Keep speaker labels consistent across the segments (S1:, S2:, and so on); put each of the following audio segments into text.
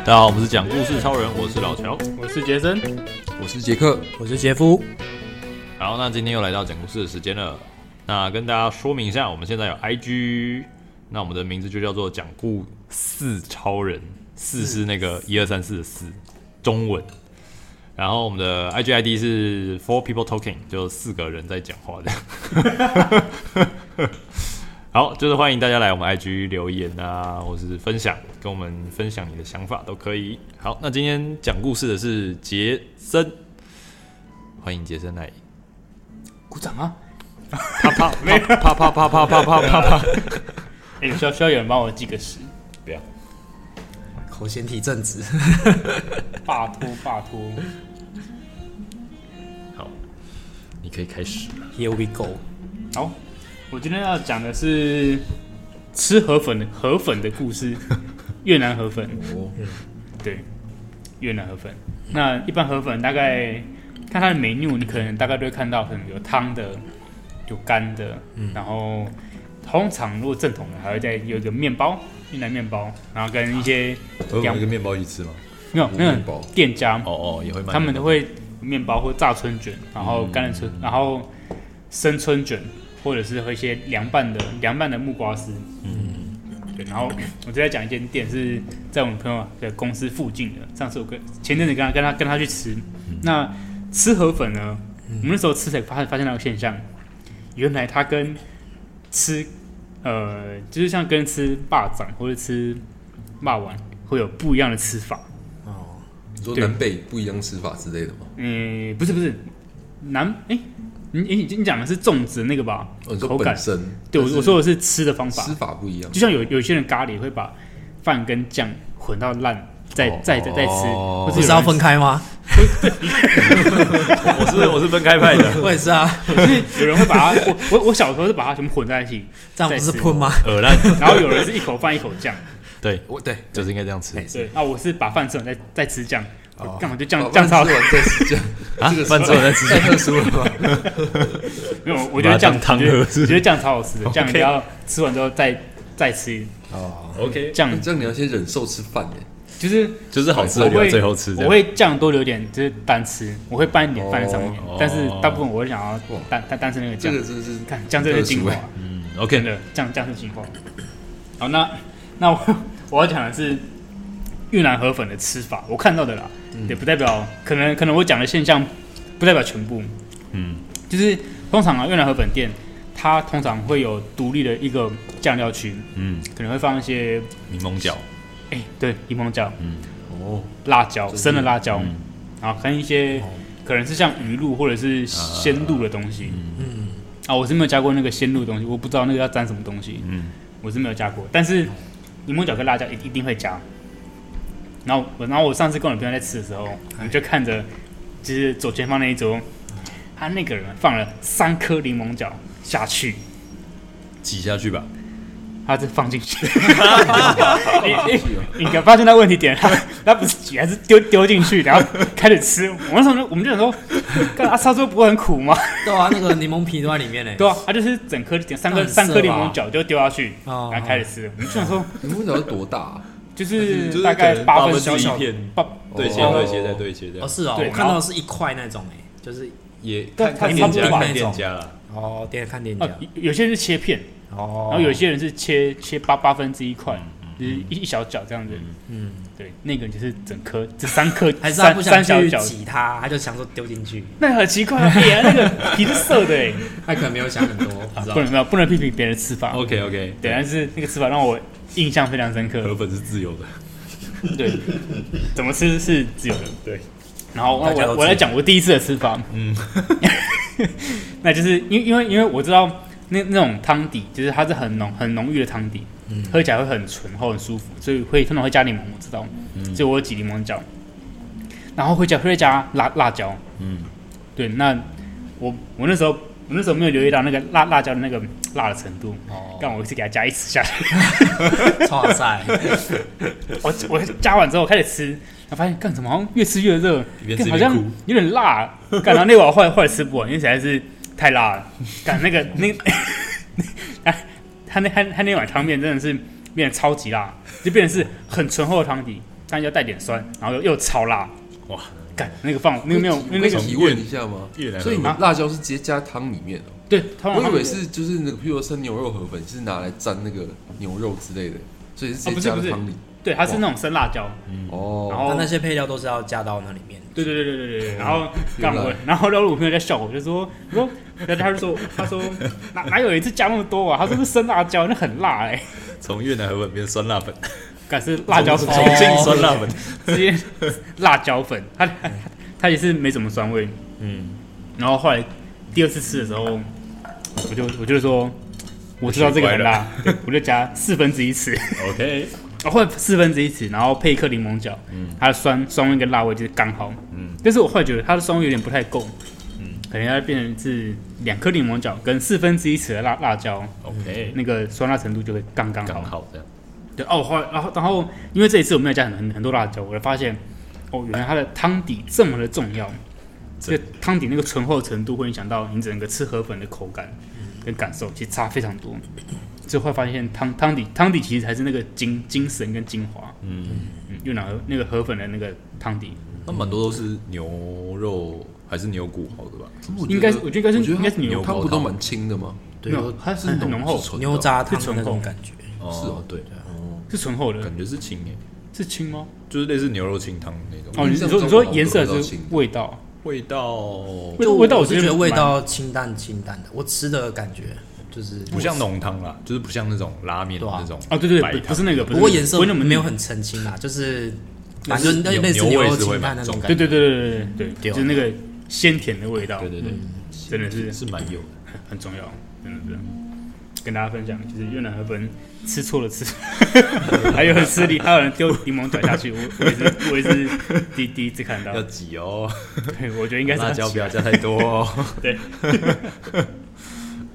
S1: 大家好，我们是讲故事超人，我是老乔。
S2: 我是杰森，
S3: 我是杰克，
S4: 我是杰夫，
S1: 好，那今天又来到讲故事的时间了。那跟大家说明一下，我们现在有 IG，那我们的名字就叫做讲故四超人，四是那个一二三四的四，中文。然后我们的 IG ID 是 Four People Talking，就四个人在讲话这样。 好，就是欢迎大家来我们 IG 留言啊，或是分享，跟我们分享你的想法都可以。好，那今天讲故事的是杰森，欢迎杰森来
S3: 鼓掌啊！
S1: 啪啪啪啪啪啪啪啪啪啪！
S2: 哎、需要需要有人帮我记个时，
S1: 不要，
S4: 口嫌体正直。
S2: 拜托拜托，
S1: 好，你可以开始。
S4: Here we go。
S2: 好，我今天要讲的是吃河粉的河粉的故事，越南河粉，
S3: 哦，
S2: 对，越南河粉。那一般河粉大概看它的 menu，你可能大概都会看到，可能有汤的，有干的，
S3: 嗯
S2: 然后通常如果正统的还会再有一个面包，越南面包，然后跟一些
S3: 我有一个面包一起吃吗？
S2: 没有那
S3: 面包
S2: 个店家
S1: 哦哦，也会卖。
S2: 他们都会面包或炸春卷，然后干的春，然后生春卷，或者是和一些凉拌的凉拌的木瓜丝。嗯，对。然后我再讲一间店是在我们朋友的公司附近的，上次我跟前阵子跟他跟他跟他去吃，那吃河粉呢，我们那时候吃才发发现那个现象，原来它跟吃呃，就是像跟吃霸掌或者吃霸丸会有不一样的吃法。
S3: 你说
S2: 对
S3: 南北不一样吃法之类的吗？
S2: 诶、呃不是不是，南诶、你你你讲的是粽子那个吧？
S3: 哦，你
S2: 口
S3: 说
S2: 感
S3: 本。身
S2: 对，我
S3: 但是
S2: 我说的是吃的方
S3: 吃
S2: 法，
S3: 法不一样，
S2: 就像有有些人咖喱会把饭跟酱混到烂，再
S3: 哦
S2: 再再再吃，
S3: 哦
S2: 或
S3: 不
S2: 者
S4: 不是要分
S2: 开，
S4: 开吗？
S1: 我是我是分开派的，
S4: 我也是啊，
S2: 就是有人会把它，我我我小时候是把它全部混在一起，
S4: 这样不是
S2: 再吃
S4: 喷吗？
S1: 耳烂。
S2: 然后有人是一口饭一口酱，
S1: 对，哎
S3: 我对
S1: 就是应该这样吃
S2: 对，那我是把饭吃完再再吃酱，我干嘛就酱
S3: 哦把
S2: 酱
S3: 饭
S2: 超
S3: 吃完再 吃酱，
S1: 啊
S3: 这个。
S1: 饭之后再吃，
S3: 太特殊了吧？
S2: 没有，我觉得酱
S1: 把它当汤
S2: 我觉
S1: 喝是
S2: 得
S1: 不是
S2: 我觉得酱超好吃的，酱
S1: OK
S2: 你要吃完之后再再吃
S3: 哦，
S1: OK，
S2: 酱，
S3: 这样你要先忍受吃饭
S2: 嗯
S3: 哎，
S2: 就是
S1: 就是好吃的
S2: 我
S1: 留
S2: 会
S1: 到最后吃这
S2: 我
S1: 样。
S2: 会酱多留点，就是单吃，我会拌一点饭在上面，
S1: 哦
S2: 但是大部分我会想要单单单吃那个
S3: 这
S2: 酱。
S3: 个真的是
S2: 看酱真的是精华
S3: 很特殊，哎
S1: 嗯
S2: 真
S1: ，OK，
S2: 的酱酱是精华。好，那那我我要讲的是越南河粉的吃法，我看到的啦，
S1: 嗯
S2: 也不代表可能可能我讲的现象不代表全部，
S1: 嗯，
S2: 就是通常啊越南河粉店它通常会有独立的一个酱料区，
S1: 嗯，
S2: 可能会放一些
S1: 柠檬角，
S2: 哎、对柠檬角、
S3: 哦，
S2: 辣椒、生的辣椒。
S1: 嗯
S2: 然后跟一些可能是像鱼露或者是鲜露的东西。嗯，啊，我是没有加过那个鲜露的东西，我不知道那个要沾什么东西，
S1: 嗯，
S2: 我是没有加过。但是柠檬角跟辣椒一一定会加。然后我，然后我上次跟我朋友在吃的时候，我们就看着就是左前方那一桌，他那个人放了三颗柠檬角下去。
S1: 挤下去吧。
S2: 他是放 进去，你你你可发现他问题点，他他不是挤，还是丢丢进去，然后开始吃。我那时候就我们就想说，干阿烧猪不会很苦吗？
S4: 对啊，那个柠檬皮都在里面呢。欸
S2: 对啊，他就是整颗点三颗
S4: 很涩
S2: 三颗柠
S4: 吧
S2: 檬角就丢下去，
S4: 哦
S2: 然后开始吃。我们就想说，
S3: 你们角是多大啊？
S2: 就是大概八分
S1: 之
S2: 之
S1: 一
S2: 一
S1: 片，
S2: 八，
S1: 对切
S3: 哦
S1: 对切再对切这
S4: 哦，
S1: 样。
S4: 是哦，
S2: 对
S4: 我看到的是一块那种哎，就是
S1: 也
S2: 但
S1: 看
S2: 它
S1: 看店家，
S2: 差不多吧
S1: 看店家啦。
S4: 哦，店看店家
S2: 呃，有有些人是切片，
S4: 哦
S2: 然后有些人是切切八八分之一块，就是一一小角这样子。
S4: 嗯，
S2: 对，那个人就是整颗，这三颗
S4: 还是他
S2: 三
S4: 不
S2: 三
S4: 想
S2: 小
S4: 去
S2: 角，
S4: 挤它，他就想说丢进去，
S2: 那很奇 怪啊，哎呀，那个皮是涩的哎。
S4: 他可能没有想很多， 不知道
S2: 不。能没有不能批评别人的吃法。
S1: OK OK，
S2: 对，但是那个吃法让我印象非常深
S1: 河
S2: 刻。
S1: 粉是自由的。
S2: 对，怎么吃是自由的。对，然后我
S4: 大家
S2: 我
S4: 都
S2: 我来讲我第一次的吃法。嗯， 那就是因为因为因为我知道那那种汤底就是它是很浓很浓郁的汤底，
S4: 嗯
S2: 喝起来会很醇厚很舒服，所以会通常会加柠檬，我知道，
S4: 嗯
S2: 所以我有挤柠檬角，然后会加会加辣辣椒。
S1: 嗯，
S2: 对，那我我那时候我那时候没有留意到那个辣辣椒的那个辣的程度，
S4: 哦，
S2: 但我是给它加一匙下去，
S4: 哇 塞，
S2: 我我加完之后我开始吃，然后发现干什么好像越吃越热，
S1: 一边
S2: 干
S1: 吃一
S2: 好
S1: 边
S2: 像
S1: 哭
S2: 有点辣，干然后那碗 后来后来吃不完，因为实在是太辣了，干那个那个啊他那他他那碗汤面真的是变得超级辣，就变成是很醇厚的汤底，但要带点酸，然后又又超辣，
S1: 哇，
S2: 干那个 放那个没有那
S3: 可以
S2: 个
S3: 提问一下吗
S1: 越南？
S3: 所以你
S2: 啊
S3: 们辣椒是直接加汤里面哦。
S2: 对，啊他
S3: 我以为是就是那个，譬如说生牛肉河粉是拿来沾那个牛肉之类的，所以是直接加
S2: 啊不是
S3: 到
S2: 不是
S3: 汤里。
S2: 对，它是那种生辣椒，
S1: 嗯
S3: 哦，
S2: 然
S4: 那
S2: 后
S4: 那些配料都是要加到那里面。
S2: 对对对对对对，然后
S3: 原
S2: 干
S3: 来
S2: 我，然后然后我朋友在笑我，就说我说，然后他就说他说哪哪有一次加那么多啊？他说是生辣椒，那很辣哎、欸，
S1: 从越南河粉变酸辣粉，
S2: 敢是辣椒粉，
S1: 重庆酸辣粉，
S2: 直接辣椒粉，它它它也是没什么酸味。
S1: 嗯，
S2: 然后后来第二次吃的时候，我就我就说我知道这个很辣，对我就加四分之一匙，
S1: OK，
S2: 然后哦四分之一匙，然后配一颗柠檬角，它的酸酸味跟辣味就是刚好。但是我后来觉得它的酸味有点不太够，可能要变成是两颗柠檬角跟四分之一匙的辣辣椒，
S1: ，OK，
S2: 那个酸辣程度就会刚哦刚好
S1: 刚。好这样，
S2: 对哦，后来然后然后因为这一次我没有加很很很多辣椒，我才发现哦，原来它的汤底这么的重要，这个汤底那个醇厚程度会影响到你整个吃河粉的口感
S4: 嗯
S2: 跟感受，其实差非常多。最后发现汤汤底汤底其实才是那个精精神跟精华，嗯嗯，越南河那个河粉的那个汤底，
S1: 那蛮多都是牛肉还是牛骨好的吧？
S2: 应该是我觉得应该是
S3: 我觉得
S2: 应该是牛
S3: 牛
S2: 肉
S3: 汤不都蛮清的吗？
S4: 对，
S2: 没有它是
S4: 很
S2: 很浓厚
S3: 是纯
S4: 牛轧汤
S2: 是
S4: 的
S2: 醇
S4: 那种
S2: 厚
S4: 感觉。
S3: 是哦
S1: 对，啊
S2: 是醇厚的
S1: 感，觉是清诶，
S2: 是清吗？
S1: 就是类似牛肉清汤那种
S2: 哦，你
S3: 印
S2: 你
S3: 象
S2: 说你
S3: 中
S2: 说
S3: 好像
S2: 颜
S3: 都
S2: 色
S3: 比较
S2: 是
S3: 清的
S2: 味道，
S1: 味道，
S2: 味味道
S4: 我
S2: 我
S4: 是觉得味
S2: 蛮
S4: 道清淡清淡的，我吃的感觉就是
S1: 不像浓汤啦，就是不像那种拉面
S4: 对啊
S1: 那种
S2: 哦对对
S1: 白
S2: 对，不
S1: 汤
S2: 不是那个，不
S4: 不
S2: 是
S4: 过
S2: 那个
S4: 颜色
S2: 不会那么
S4: 没有
S2: 腻
S4: 很澄清啦，就是
S1: 但
S4: 反
S1: 是
S4: 正
S1: 牛
S4: 类似
S1: 牛味
S4: 肉
S1: 是会
S4: 清淡
S1: 蛮
S4: 那
S1: 重
S4: 种
S1: 的
S4: 感
S2: 对
S4: 觉。
S2: 对对对对对，
S4: 对
S2: 就是那个鲜甜的味道，
S1: 对对对，
S2: 真的是
S1: 是蛮有的。
S2: 很重要，真的是。跟大家分享，就是越南河粉吃错了吃， 还有人 吃柠，还有人丢柠檬转下去，我我也是我也是第第一次看到
S1: 要，挤哦，
S2: 对， 我觉得应该是
S1: 辣椒不要加太多哦。
S2: 对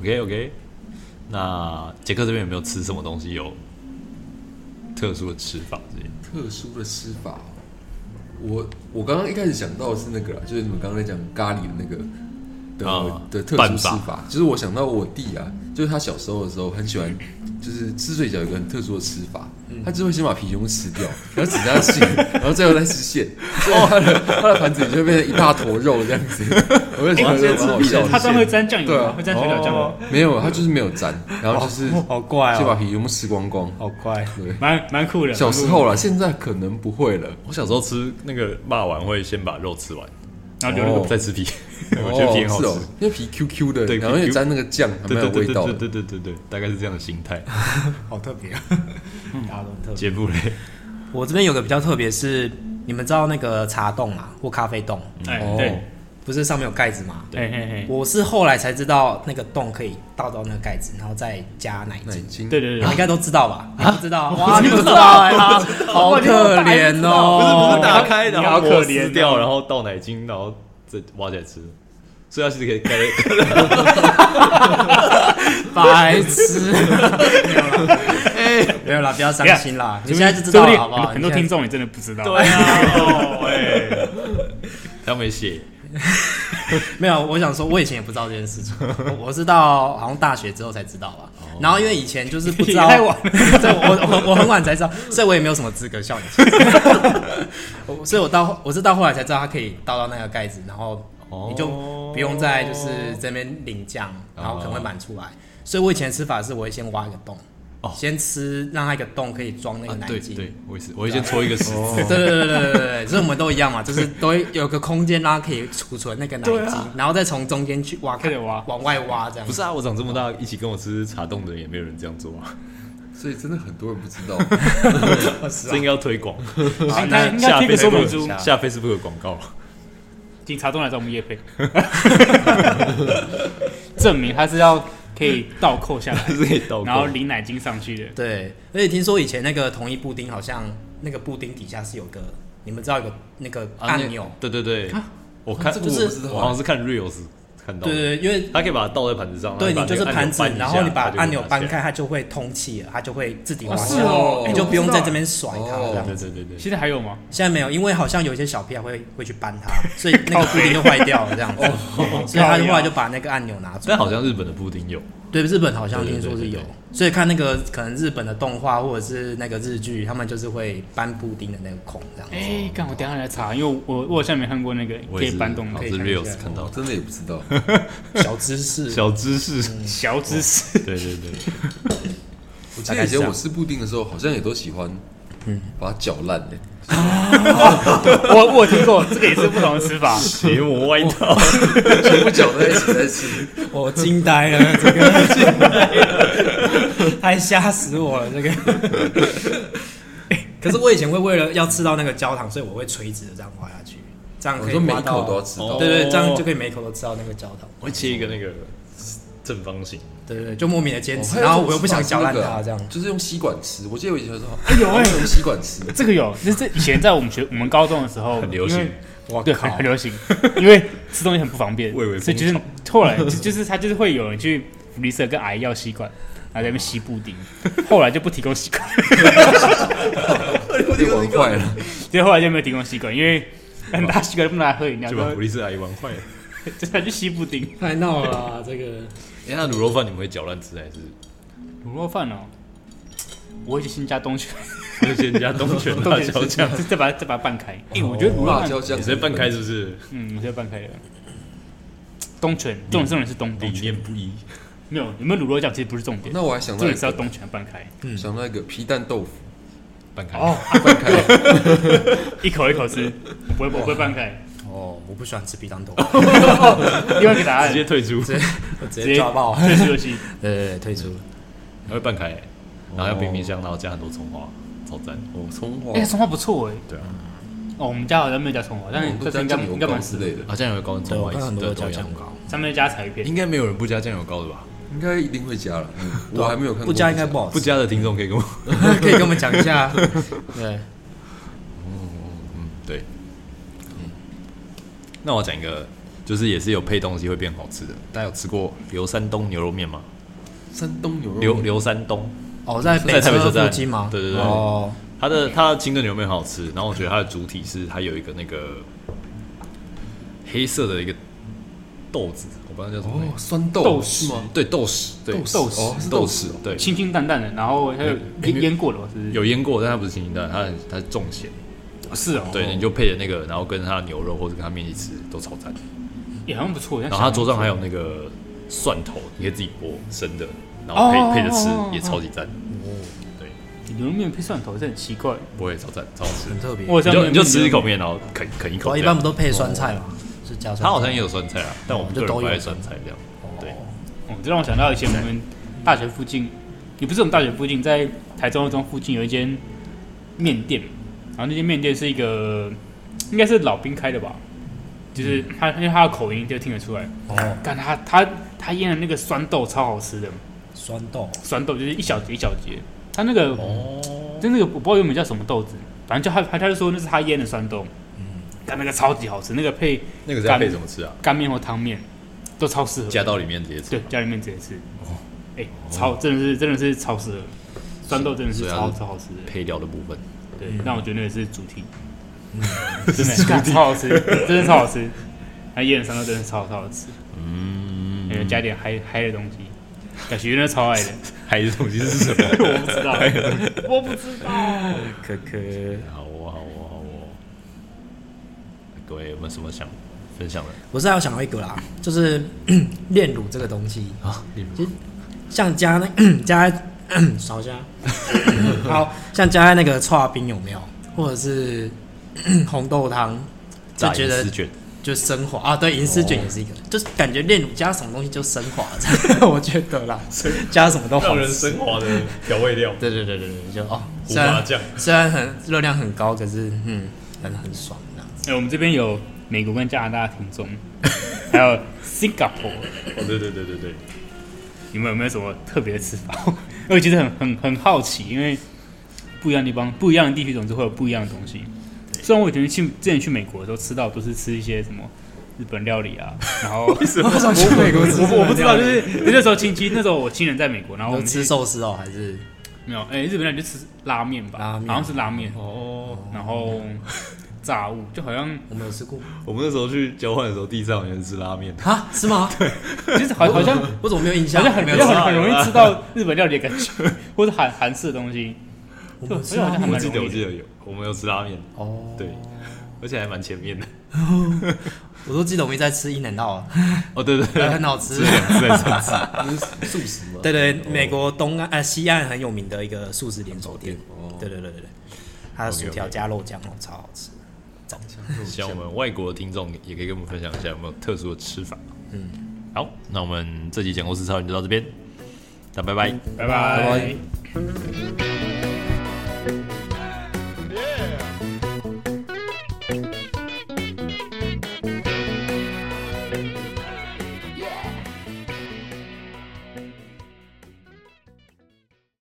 S1: OK OK，那杰克这边有没有吃什么东西有特殊的吃法之类的？
S3: 特殊的吃法哦，我我刚刚一开始想到的是那个啦，就是你们刚刚在讲咖喱的那个的、
S1: 啊
S3: 的特殊
S1: 拌
S3: 吃
S1: 法
S3: 法，就是我想到我弟啊，就是他小时候的时候很喜欢，就是吃水饺有一个很特殊的吃法，
S4: 嗯
S3: 他就会先把皮全部吃掉，然后只加馅， 然后最后再吃馅，所以他的他的盘子里就会变成一大坨肉这样子，我就觉得蛮好笑的。
S2: 他这样会沾酱
S3: 对
S2: 油吗
S3: 啊？
S2: 会沾水饺酱
S4: 哦
S2: 油，
S3: 没有，他就是没有沾，然后就是
S4: 好怪哦
S3: 就把皮全部吃光光。
S4: 好怪。
S3: 对，
S2: 蛮蛮酷的。
S3: 小时
S2: 蛮酷
S3: 候啦，现在可能不会了。
S1: 我小时候吃那个霸王会先把肉吃完，
S2: 的，然后留那
S3: 哦
S2: 个
S1: 再吃皮， 我觉得皮很好
S3: 哦
S1: 吃
S3: 是哦。因为皮 QQ 的，
S1: 对
S3: 然后又
S1: QQ
S3: 沾那个酱，还
S1: 对
S3: 蛮有
S1: 对
S3: 味
S1: 对
S3: 道
S1: 对
S3: 的。
S1: 对对对对，大概是这样的心态。
S4: 好特别、啊，大家都很特别。
S1: 杰布雷，
S4: 我这边有个比较特别是，你们知道那个茶冻嘛，或咖啡冻，
S2: 哎
S3: 哦
S2: 对，
S4: 不是上面有盖子吗？
S2: 嘿嘿嘿，
S4: 我是后来才知道那个洞可以倒到那个盖子，然后再加奶
S3: 奶
S4: 精。
S3: 精，
S2: 对对
S4: 你
S2: 对
S4: 们应
S2: 对，
S4: 该都知道吧？你不知道哇？你不知道哎，他好可怜 哦。
S1: 打开然后
S2: 你好可
S1: 壳
S2: 怜
S1: 撕
S2: 哦
S1: 掉，然后倒奶精，然后再挖起来吃，所以它是可以 盖。
S4: 白 痴。没有啦，不要伤心啦，你现在就知道
S2: 哎说不
S4: 了
S2: 定
S4: 好不好？
S2: 很多
S4: 你现在
S2: 听众也真的不知道，
S1: 啊，哦哎，他没写，
S4: 没有，我想说，我以前也不知道这件事 情，我我是到好像大学之后才知道吧。
S1: 哦
S4: 然后因为以前就是不 知道，
S2: 也太晚
S4: 对，我我我很晚才知道，所以我也没有什么资格笑你。 我所以我到我是到后来才知道，它可以倒到那个盖子，然后
S1: 哦
S4: 你就不用再就是这边淋酱，然后可能会满出来。所以我以前的吃法是，我会先挖一个洞，
S1: 哦
S4: 先吃让它一个洞可以装那个
S1: 啊
S4: 奶
S1: 对
S4: 精。
S1: 对，我也是，我会先戳一个十字，
S4: 对对对对对对对，所以我们都一样嘛，就是都会有个空间，让它可以储存那个奶
S3: 啊
S4: 精，然后再从中间去挖开，
S2: 开始挖
S4: 往外挖这样。
S1: 不是啊，我长这么大一起跟我吃茶冻的人也没有人这样做啊，
S3: 所以真的很多人不知道。
S4: 啊
S1: 这应该要推广，
S2: 应该应
S1: 下
S2: 该贴个
S1: Facebook-
S2: 说明书，
S1: 下 Facebook 的广告，
S2: 警察都来找我们叶配， 证明他是要可以倒扣下来，
S1: 是可以倒
S2: 然后
S1: 过。
S2: 淋奶精上去的。
S4: 对，而且听说以前那个同一布丁好像那个布丁底下是有个，你们知道有个那个
S1: 啊
S4: 按钮？，
S1: 那对对对，
S4: 啊
S1: 我看
S3: 这个
S1: 就
S3: 我不知
S1: 是
S3: 道
S1: 我好像是看 Reels 看到的，
S4: 对对对，因为
S1: 他可以把它倒在盘子上，
S4: 对
S1: 然
S4: 你
S1: 后把
S4: 就
S1: 那
S4: 是
S1: 个
S4: 盘子
S1: 按，钮
S4: 然后你把
S1: 扳一下
S4: 按钮搬，
S1: 它
S4: 开，它就会通气了，它就会自己
S3: 哦
S4: 滑
S3: 是
S4: 下来
S3: 哦
S4: 你
S3: 哎
S4: 就
S3: 我
S4: 不用
S3: 知
S4: 在
S3: 道
S4: 这边甩它
S3: 哦
S4: 这样
S1: 就会滑
S4: 子。
S1: 下来对对对对，
S2: 现在还有吗？
S4: 现在没有，因为好像有一些小屁孩会会去搬它，所
S1: 哦
S4: 以那个布丁就坏掉了这样子，所以他后来就把那个按钮拿出来。
S1: 但好像日本的布丁有，
S4: 对日本好像听说
S1: 对
S4: 是
S1: 对对
S4: 有
S1: 对对，
S4: 所以看那个可能日本的动画或者是那个日剧，他们就是会搬布丁的那个孔这样子。
S2: 哎，干，我等一下来查，因为我我我好像没看过那个
S1: 我
S2: 可
S1: 也
S2: 以
S1: 是
S2: 搬动的
S1: 好
S4: 可以
S1: 是
S4: 看一
S1: reels
S4: 下
S1: 看到的
S3: 我哦真的也不知道，
S4: 小知识，
S1: 小知识，
S4: 嗯
S2: 小知识，
S1: 对对对，
S3: 我记得以前我吃布丁的时候，好像也都喜欢，
S4: 嗯
S3: 把它搅烂的。
S1: 哦
S2: 我我有听过，这个也是不同的吃法。
S1: 邪魔歪道，
S3: 全部搅在一起再吃。
S4: 我惊呆了，这个惊呆了， 太吓死我了，这个。可是我以前会为了要吃到那个焦糖，所以我会垂直的这样挖下去，这样
S3: 我
S4: 可以
S3: 说每
S4: 挖
S3: 一
S4: 到。
S3: 口都要吃到
S1: 哦，
S4: 对对，这样就可以每一口都吃到那个焦糖。
S1: 我会切一个那个正方形，
S4: 对对，就莫名的坚
S3: 哦
S4: 持，
S3: 还有
S4: 然后
S3: 这种
S4: 我又不想
S3: 吃法
S4: 搅烂
S3: 是那个
S4: 它，这样。
S3: 就是用吸管吃。我记得我以前说，
S2: 哎呦
S3: 好
S2: 哎
S3: 像用吸管 吃，
S2: 这个有，就是这以前在我们学我们高中的时候
S1: 很流行，
S2: 因为
S4: 我
S2: 对，很很流行，因为吃东西很不 方便，
S1: 蔚为
S2: 所以就是后来就 就是他就是会有人去福利社跟阿姨要吸管，然后在那边吸布丁，后来就不提供吸管，
S3: 被玩坏了。
S2: 所以后来就没有提供吸管，因 为很大吸管不拿来喝饮料，
S1: 就
S2: 就
S1: 把福利斯阿姨玩 哎坏了。
S2: 就他去吸布丁。
S4: 太闹了啊、这个
S1: 哎，那卤肉饭你们会搅烂吃还是？
S2: 卤肉饭哦，我会去新加东 泉，
S1: 还是先加东泉辣椒
S2: 东泉
S1: 酱，
S2: 是 再把它再把它拌开。哎，我觉得卤肉
S3: 辣
S2: 饭
S3: 椒酱
S1: 你直接半开是不是？
S2: 嗯，我现在拌开了。东泉，这种这种人是东
S1: 理
S2: 东泉，
S1: 念不一，
S2: 没有有没有卤肉酱其实不是重点，
S3: 那我还想到
S2: 重
S3: 一
S2: 点是要
S3: 个，
S2: 东泉拌开，
S3: 想到一个皮蛋豆腐，
S1: 半开。
S4: 哦
S3: 拌开。
S2: 一口一口 吃，我不会我不会拌开。
S4: 哦，我不喜欢吃皮蛋豆，
S2: 另外一个答案
S1: 直接退出，
S4: 我直
S2: 直
S4: 接
S2: 接
S4: 抓爆。
S2: 退出游 戏。
S4: 对对对，退出。
S1: 还会半开，
S4: 哦
S1: 然后要冰冰箱，然后加很多葱花，超赞。
S3: 哦，葱花
S2: 哎、，葱花不错哎、
S1: 对啊，
S2: 哦，我们家好像没有加葱花，但
S3: 我
S2: 是
S3: 哦都
S2: 哎这次
S3: 加
S2: 应该
S3: 酱油
S2: 应该
S3: 膏
S2: 蛮
S3: 之
S2: 适合的。
S3: 类的，
S1: 好像有高
S4: 对，啊
S1: 葱
S4: 我
S1: 花一
S4: 看
S1: 起
S4: 很多
S1: 的
S4: 加
S1: 同
S4: 酱
S1: 样，
S4: 油膏，
S2: 上面加彩片
S1: 应，该没有人不加酱油膏的吧？
S3: 应该一定会加了。嗯我还没有看
S4: 啊
S3: 过，
S4: 不加应该不好吃。
S1: 不加的听众可以跟我，
S4: 可以跟我们讲一下。 对，
S1: 嗯，对。嗯那我讲一个，就是也是有配东西会变好吃的。大家有吃过刘山东牛肉面吗？
S3: 山东牛肉
S1: 刘
S4: 嗯
S3: 面。
S1: 刘山东，
S4: 哦，在北
S1: 在台北
S4: 车
S1: 车站
S4: 附近吗？
S1: 对对对
S4: 哦，
S1: 它的它的清炖牛肉面很好吃，然后我觉得它的主体是它有一个那个黑色的一个豆子，我不知道叫什么名
S3: 哦，
S1: 字，
S3: 酸豆
S2: 豆
S3: 是吗？
S1: 对豆豉，对
S3: 豆
S2: 豆
S3: 豉
S2: 豉
S3: 哦，是
S1: 豆
S3: 豆
S1: 豉
S3: 豉哦，
S1: 对，
S2: 清清淡淡的，然后还有
S1: 没
S2: 腌腌过的吧，是不是？
S1: 哎有腌过，但它不是清清淡，它很它是重咸。
S2: 是哦，
S1: 对，你就配着那个，然后跟它牛肉或者跟它面一起吃，都超赞。
S2: 也好像不错。然
S1: 然后它桌上还有那个蒜头，你可以自己剥生的，然后配、
S2: 哦
S1: 配着吃
S2: 哦哦哦，
S1: 也超级赞。
S2: 牛肉面配蒜头，这很奇怪。哦
S1: 不会超赞，超好吃。
S4: 很特别。
S2: 我
S1: 你就
S2: 像
S1: 你就吃一口，面，然后啃啃一口
S4: 我
S1: 这
S4: 一般
S1: 样。
S4: 不都配酸菜吗？是加酸菜。
S1: 它好像也有酸菜啊，但我
S4: 哦
S1: 们
S4: 就
S1: 个人
S4: 都
S1: 不
S4: 有
S1: 爱酸菜这样。对，
S2: 哦，这让我想到以前我们大学附近，也不是我们大学附近，在台中二中附近有一间面店，然后那间面店是一个应该是老兵开的吧，就是
S1: 嗯
S2: 他因为他的口音就听得出来。
S4: 哦，
S2: 干他他他腌的那个酸豆超好吃的，
S4: 酸豆
S2: 酸豆就是一小节一小节，他那个
S1: 哦，
S2: 就那个我不知道原本叫什么豆子，反正就他他他就说那是他腌的酸豆，
S1: 嗯
S2: 干那个超级好吃，那个配
S1: 那个是要配什么吃啊？
S2: 干面或汤面都超适合，
S1: 加到里面直接吃
S2: 对，家里面直接吃，
S1: 哦
S2: 哎、超真的是真的是超适合，酸豆真的是
S1: 所以啊嗯
S2: 超
S1: 它是
S2: 超好吃的，
S1: 配料的部分。
S2: 对，让我觉得那个是主题，
S1: 嗯
S2: 真的干超好吃，真的超好吃，他腌的酸豆真的超超好吃，
S1: 嗯，
S2: 还有加点嗨嗨的东西，感觉那超爱 的。
S1: 还有东西是什么？
S2: 我不知道，我不知道。
S4: 可可
S1: 好哦，好哦，好哦。各位有没有什么想分享的
S4: 我是还有想到一个啦，就是 炼乳这个东西，
S1: 啊？例如
S4: 像加那 加少加，好像加在那个刨冰有没有，或者是 红豆汤，就
S1: 炸
S4: 觉
S1: 银
S4: 得
S1: 丝卷，
S4: 就升华啊，对，银丝卷也是一个，
S2: 哦
S4: 就是感觉炼乳加什么东西就升华，这 样我觉得啦，加什么都好
S1: 让人
S4: 吃。
S1: 升华的调味料。
S4: 对对对对对，就哦，
S1: 胡
S4: 虽
S1: 麻
S4: 然
S1: 酱，
S4: 虽然很热量很高，可是嗯，很很爽啊这样子。
S2: 哎、我们这边有美国跟加拿大的听众， 还有 Singapore，
S1: 哦，对对对对对，
S2: 你们有没有什么特别的吃法？ 因为其实很很很好奇，因为不一样的地方、不一样的地区总是会有不一样的东西。虽然我以前去之前去美国的时候吃到都是吃一些什么日本料理 啊，然后我
S4: 我想去美国吃
S2: 我我不知道，就是那时候亲戚那时候我亲人在美国，然后我
S4: 我
S2: 们去
S4: 吃寿司哦，还是
S2: 没有哎、日本料理就吃拉面吧，
S4: 拉面
S2: 好像是拉面，
S1: 哦，
S2: 然后炸物，就好像
S4: 我没有 吃过
S1: 我们那时候去交换的时候，第一次好像是吃拉面，
S4: 啊？是吗？
S2: 就是好好像
S4: 我怎么没有印象？
S2: 好像很
S4: 没有
S2: 要
S4: 吃
S2: 很
S4: 过，
S2: 很容易吃到日本料理的感觉，或者韩韩式的东西。
S4: 我
S2: 就
S4: 没有吃
S2: 所以好像
S4: 过
S2: 还
S1: 我
S2: 蛮
S1: 记得
S2: 容
S1: 我
S2: 易
S1: 记
S2: 的。
S1: 得有，我们有吃拉面，
S4: 哦。
S1: 对，而且还蛮前 面的。
S4: 我都记得我们一直在吃一南道，
S1: 哦，对对
S2: 啊
S1: 对，
S4: 很好吃。
S1: 是在上次。
S3: 你是素食吗？
S4: 对对，美国东岸呃西岸很有名的一个素食连锁店
S3: 哦。
S4: 对对对对对，它的薯条加肉酱哦，超好吃。
S1: 希望我们外国的听众也可以跟我们分享一下有没有特殊的吃法。嗯，好，那我们这集讲故事超人就到这边，那拜拜。
S2: 拜拜。
S3: 拜